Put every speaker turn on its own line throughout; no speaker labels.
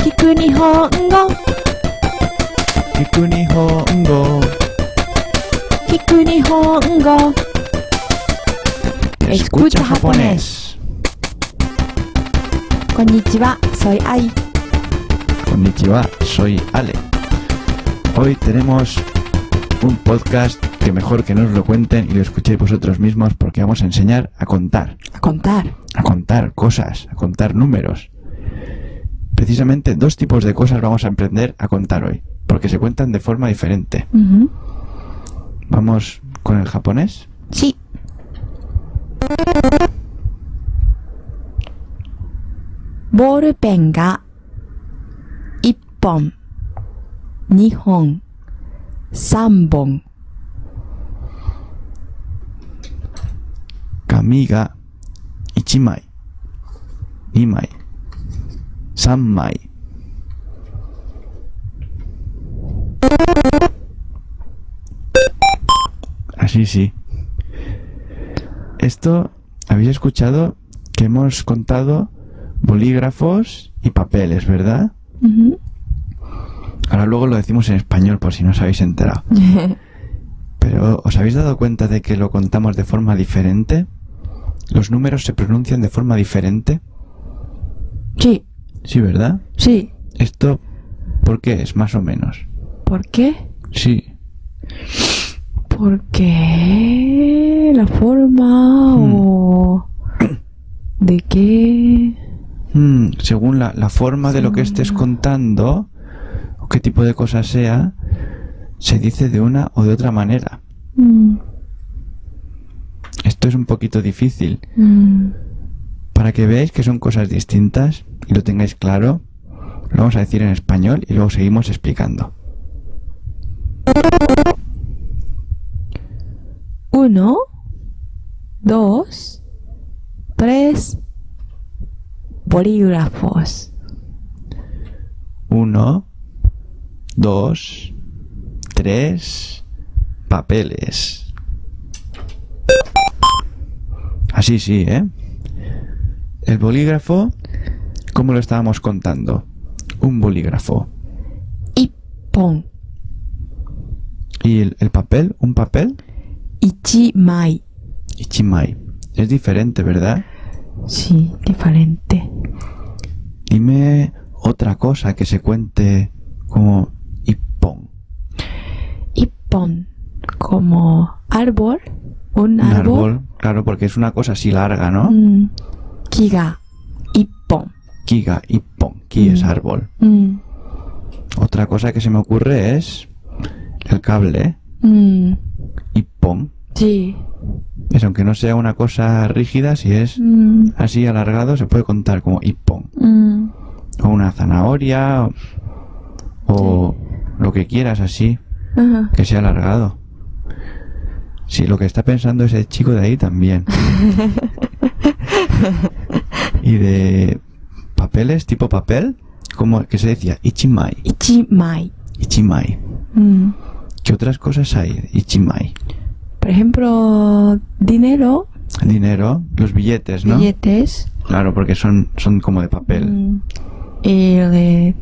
聞く日本語
聞く日本語
聞く日本語 Escucha japonés. こんにちは、soy Ai
Konnichiwa, soy Ale. Hoy tenemos un podcast que mejor que nos lo cuenten y lo escuchéis vosotros mismos porque vamos a enseñar a contar,
a contar
a contar cosas, a contar números. Precisamente dos tipos de cosas vamos a aprender a contar hoy, porque se cuentan de forma diferente. Vamos con el japonés.
Sí,ボールペンが1本、2本、3本、
紙が1枚、2枚、3枚。Así sí. Esto habéis escuchado que hemos contado bolígrafos y papeles, ¿verdad? Ahora luego lo decimos en español por si no os habéis enterado. Pero ¿os habéis dado cuenta de que lo contamos de forma diferente? ¿Los números se pronuncian de forma diferente?
Sí,
Sí, ¿verdad?
sí.
Esto, ¿por qué es más o menos?
¿Por qué?
Sí.
Porque la forma o de qué.
Mm, según la, la forma de lo que estés contando, o qué tipo de cosa sea, se dice de una o de otra manera.
Mm,
Esto es un poquito difícil.
mm.
Para que veáis que son cosas distintas y lo tengáis claro, lo vamos a decir en español y luego seguimos explicando.
Uno, dos, tres bolígrafos.
Uno, dos, tres papeles. Así sí, ¿eh? El bolígrafo, ¿cómo lo estábamos contando? Un bolígrafo.
Ippon,
¿Y el, el papel? ¿Un papel?
ichimai.
Ichimai. Es diferente, ¿verdad?
Sí, diferente.
Dime otra cosa que se cuente como ippon.
Ippon, como árbol, un
Un
árbol.
árbol, claro, porque es una cosa así larga, ¿no?
Mm, kiga, ippon.
Kiga, ippon, ki es
Mm.
árbol.
Mm,
Otra cosa que se me ocurre es el cable,
mm,
ippon.
sí.
Es aunque no sea una cosa rígida, si es
Mm,
así alargado, se puede contar como ippon.
mm,
O una zanahoria, o, o lo que quieras así,
ajá.
que sea alargado. Sí, lo que está pensando ese chico de ahí también. y de papeles, tipo papel, como que se decía, ichimai,
Ichimai.
ichimai.
Mm.
¿Qué otras cosas hay? Ichimai.
Por ejemplo, dinero,
Dinero, los billetes, ¿no?
billetes.
Claro, porque son, son como de papel.
Mm, y lo de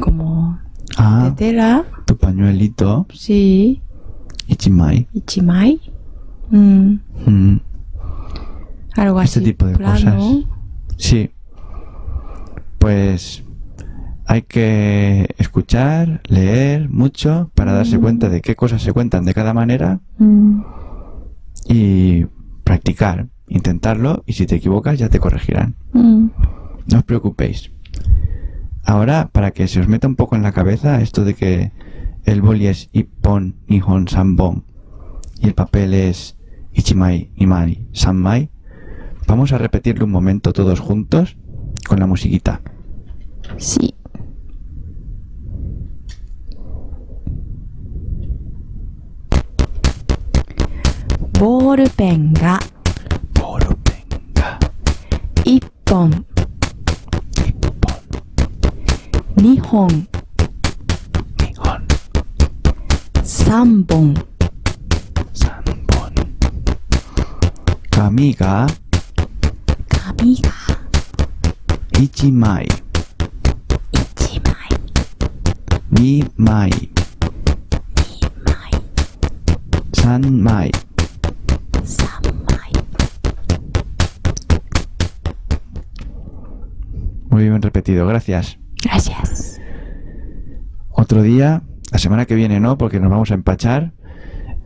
como
Ah,
de tela,
tu pañuelito,
sí,
Ichimai.
ichimai, mm,
Mm,
algo
Este
así.
tipo de cosas. Sí. Pues hay que escuchar, leer mucho para darse
Mm.
cuenta de qué cosas se cuentan de cada manera
Mm,
y practicar, intentarlo y si te equivocas ya te corregirán.
mm,
No os preocupéis. Ahora, para que se os meta un poco en la cabeza esto de que el boli es Ippon, Nihon, Sanbon y el papel es Ichimai, Nimai, Sanmai, vamos a repetirlo un momento todos juntos con la musiquita.
sí. Bolpen ga
Borupenga,
1本
Ippon,
2本
Nihon,
3本
Sanbon. Kami ga
紙が
Ichimai,
1
Ni mai. San mai. Muy bien repetido, gracias.
Gracias.
Otro día, la semana que viene no, porque nos vamos a empachar,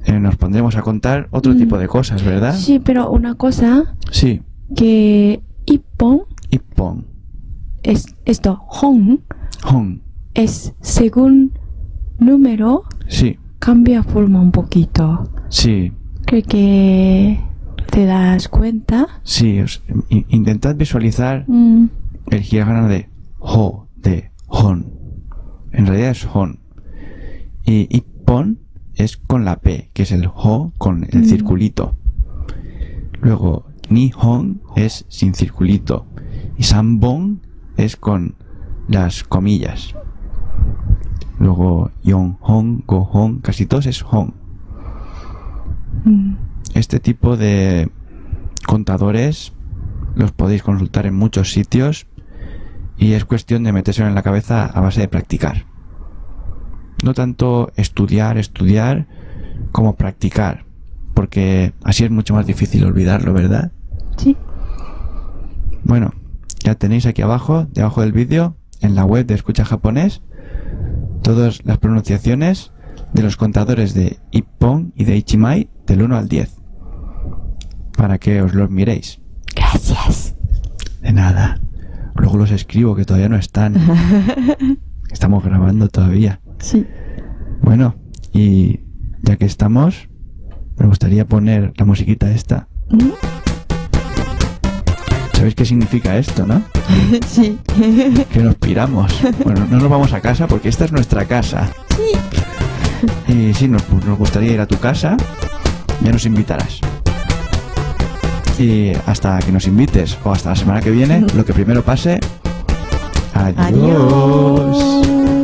eh, nos pondremos a contar otro
Mm.
tipo de cosas, ¿verdad?
Sí, pero una cosa
Sí.
que Ippon
Y pon.
es esto, Hon
Hon.
es según número
Sí,
cambia forma un poquito.
sí,
Creo que te das cuenta.
sí. os- i- intentad visualizar
Mm,
el hiragana de ho, de hon. En realidad es hon. Y, y pon es con la p, que es el ho con el
Mm.
circulito. Luego, ni hon es sin circulito. Y sanbon es con las comillas. Luego, yon hon, go hon, casi todos es hon.
mm.
Este tipo de contadores los podéis consultar en muchos sitios y es cuestión de metérselo en la cabeza a base de practicar. No tanto estudiar, estudiar, como practicar, porque así es mucho más difícil olvidarlo, ¿verdad?
Sí.
Bueno, ya tenéis aquí abajo, debajo del vídeo, en la web de Escucha Japonés, todas las pronunciaciones de los contadores de Ippon y de Ichimai del 1 al 10. Para que os los miréis.
Gracias.
De nada. Luego los escribo que todavía no están. Estamos grabando todavía.
Sí.
Bueno, y ya que estamos, me gustaría poner la musiquita esta.
Mm.
¿Sabéis qué significa esto, no?
Sí.
que nos piramos. Bueno, no nos vamos a casa porque esta es nuestra casa. Y sí, nos, pues, nos gustaría ir a tu casa. Ya nos invitarás. Y hasta que nos invites o hasta la semana que viene, lo que primero pase. Adiós.
Adiós.